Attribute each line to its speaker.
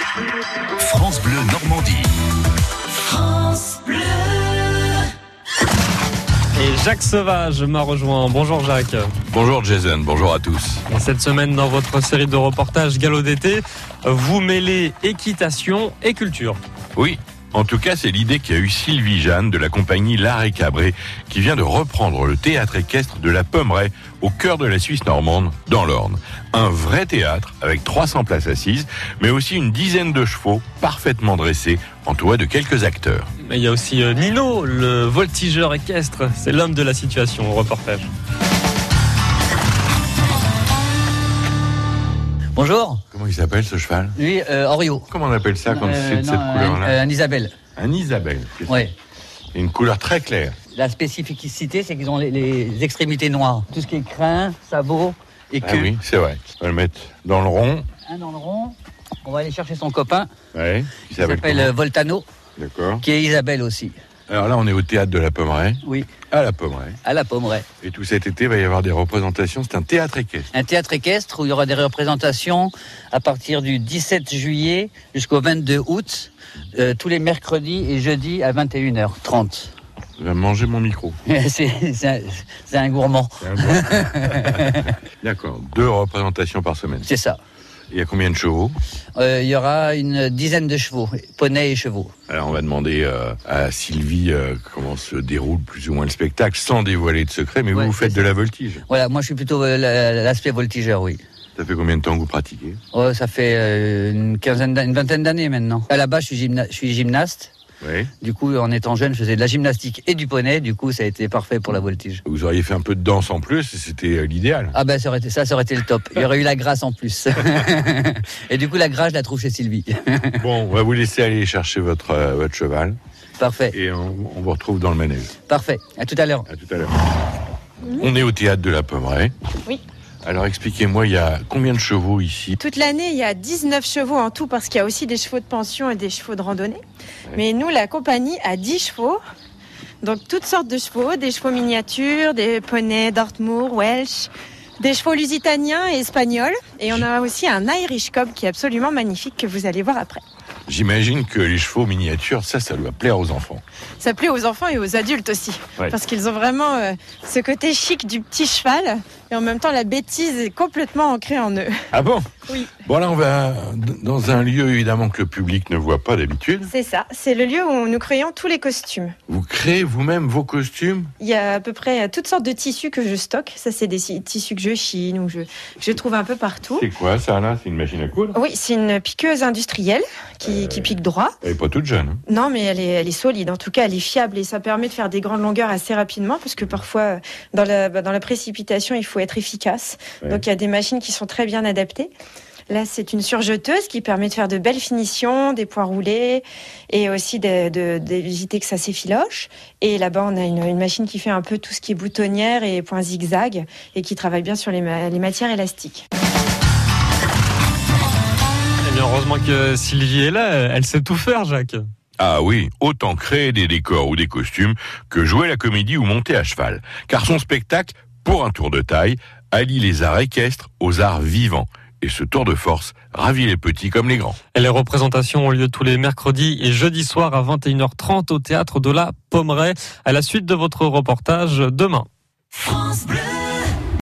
Speaker 1: France Bleu Normandie.
Speaker 2: France Bleu.
Speaker 3: Et Jacques Sauvage m'a rejoint. Bonjour Jacques.
Speaker 4: Bonjour Jason, bonjour à tous.
Speaker 3: Et cette semaine, dans votre série de reportages Galop d'été, vous mêlez équitation et culture.
Speaker 4: Oui. En tout cas, c'est l'idée qu'a eu Sylvie Jeanne de la compagnie L'Art et Cabré, qui vient de reprendre le théâtre équestre de la Pommeraye, au cœur de la Suisse normande, dans l'Orne. Un vrai théâtre, avec 300 places assises, mais aussi une dizaine de chevaux, parfaitement dressés, entourés de quelques acteurs.
Speaker 3: Mais il y a aussi euh, Nino, le voltigeur équestre. C'est l'homme de la situation au reportage.
Speaker 5: Bonjour,
Speaker 4: Comment il s'appelle ce cheval
Speaker 5: lui, euh, Orio.
Speaker 4: Comment on appelle ça Ah, quand
Speaker 5: Euh,
Speaker 4: c'est de
Speaker 5: non,
Speaker 4: cette
Speaker 5: un-
Speaker 4: couleur-là
Speaker 5: un Isabelle.
Speaker 4: Un Isabelle. c'est ça.
Speaker 5: Ouais.
Speaker 4: Une couleur très claire.
Speaker 5: La spécificité, c'est qu'ils ont les, les extrémités noires. Tout ce qui est crin, sabot et queue.
Speaker 4: Ah oui, c'est vrai. On va le mettre dans le rond.
Speaker 5: Un dans le rond. On va aller chercher son copain.
Speaker 4: Ouais. Il
Speaker 5: Il s'appelle
Speaker 4: comment
Speaker 5: euh, Voltano,
Speaker 4: D'accord.
Speaker 5: qui est Isabelle aussi.
Speaker 4: Alors là, on est au théâtre de la Pommeraye.
Speaker 5: Oui,
Speaker 4: À la Pommeraye.
Speaker 5: à la Pommeraye.
Speaker 4: Et tout cet été, il va y avoir des représentations. C'est un théâtre équestre.
Speaker 5: Un théâtre équestre où il y aura des représentations à partir du 17 juillet jusqu'au 22 août, euh, tous les mercredis et jeudis à 21h30.
Speaker 4: Je vais manger mon micro.
Speaker 5: C'est c'est un, c'est un gourmand,
Speaker 4: D'accord. Deux représentations par semaine.
Speaker 5: c'est ça.
Speaker 4: Il y a combien de chevaux
Speaker 5: Euh, Il y aura une dizaine de chevaux, poneys et chevaux.
Speaker 4: Alors, on va demander euh, à Sylvie euh, comment se déroule plus ou moins le spectacle, sans dévoiler de secret. Mais
Speaker 5: Ouais,
Speaker 4: vous, vous faites
Speaker 5: c'est
Speaker 4: de
Speaker 5: ça.
Speaker 4: la voltige.
Speaker 5: Voilà, moi je suis plutôt euh, la- l'aspect voltigeur, oui.
Speaker 4: Ça fait combien de temps que vous pratiquez
Speaker 5: Oh, ça fait euh, une quinzaine, d'an- une vingtaine d'années maintenant. À la base, je suis, gymna- je suis gymnaste.
Speaker 4: Oui.
Speaker 5: Du coup, en étant jeune, je faisais de la gymnastique et du poney. Du coup, ça a été parfait pour la voltige.
Speaker 4: Vous auriez fait un peu de danse en plus, et c'était euh, l'idéal.
Speaker 5: Ah ben, ça aurait été, ça, ça aurait été le top. Il y aurait eu la grâce en plus. et du coup, la grâce, je la trouve chez Sylvie.
Speaker 4: Bon, on va vous laisser aller chercher votre, euh, votre cheval
Speaker 5: parfait,
Speaker 4: et on, on vous retrouve dans le manège.
Speaker 5: parfait. À tout à l'heure.
Speaker 4: À tout à l'heure. On est au théâtre de la Pommeraye.
Speaker 6: Oui.
Speaker 4: Alors expliquez-moi, il y a combien de chevaux ici
Speaker 6: Toute l'année, il y a 19 chevaux en tout parce qu'il y a aussi des chevaux de pension et des chevaux de randonnée. Mais nous, la compagnie a 10 chevaux. Donc toutes sortes de chevaux, des chevaux miniatures, des poneys Dartmoor, Welsh, des chevaux lusitaniens et espagnols. Et on a aussi un Irish Cob qui est absolument magnifique que vous allez voir après.
Speaker 4: J'imagine que les chevaux miniatures, ça, ça doit plaire aux enfants.
Speaker 6: Ça plaît aux enfants et aux adultes aussi.
Speaker 4: Ouais.
Speaker 6: Parce qu'ils ont vraiment euh, ce côté chic du petit cheval et en même temps la bêtise est complètement ancrée en eux.
Speaker 4: Ah bon
Speaker 6: Oui.
Speaker 4: Bon, là, on va d- dans un lieu, évidemment, que le public ne voit pas d'habitude.
Speaker 6: C'est ça, c'est le lieu où nous créons tous les costumes.
Speaker 4: Vous créez vous-même vos costumes
Speaker 6: Il y a à peu près toutes sortes de tissus que je stocke. Ça, c'est des si- tissus que je chine ou que je, que je trouve un peu partout.
Speaker 4: C'est quoi ça, là C'est une machine à coudre
Speaker 6: Oui, c'est une piqueuse industrielle qui, qui pique droit.
Speaker 4: Elle n'est pas toute jeune. hein.
Speaker 6: Non, mais elle est, elle est solide. En tout cas, elle est fiable et ça permet de faire des grandes longueurs assez rapidement parce que parfois, euh, dans la, bah, dans la précipitation, il faut être efficace.
Speaker 4: Ouais.
Speaker 6: Donc, il y a des machines qui sont très bien adaptées. Là, c'est une surjeteuse qui permet de faire de belles finitions, des poids roulés et aussi de- de- d'éviter que ça s'effiloche. Et là-bas, on a une, une machine qui fait un peu tout ce qui est boutonnière et points zigzag et qui travaille bien sur les ma- les matières élastiques.
Speaker 3: Et Eh bien heureusement que Sylvie est là, elle sait tout faire Jacques.
Speaker 4: Ah oui, autant créer des décors ou des costumes que jouer la comédie ou monter à cheval. Car son spectacle, pour un tour de taille, allie les arts équestres aux arts vivants. Et ce tour de force ravit les petits comme les grands.
Speaker 3: Et les représentations ont lieu tous les mercredis et jeudis soirs à 21h30 au théâtre de la Pommeraye. À la suite de votre reportage demain.
Speaker 2: France Bleu.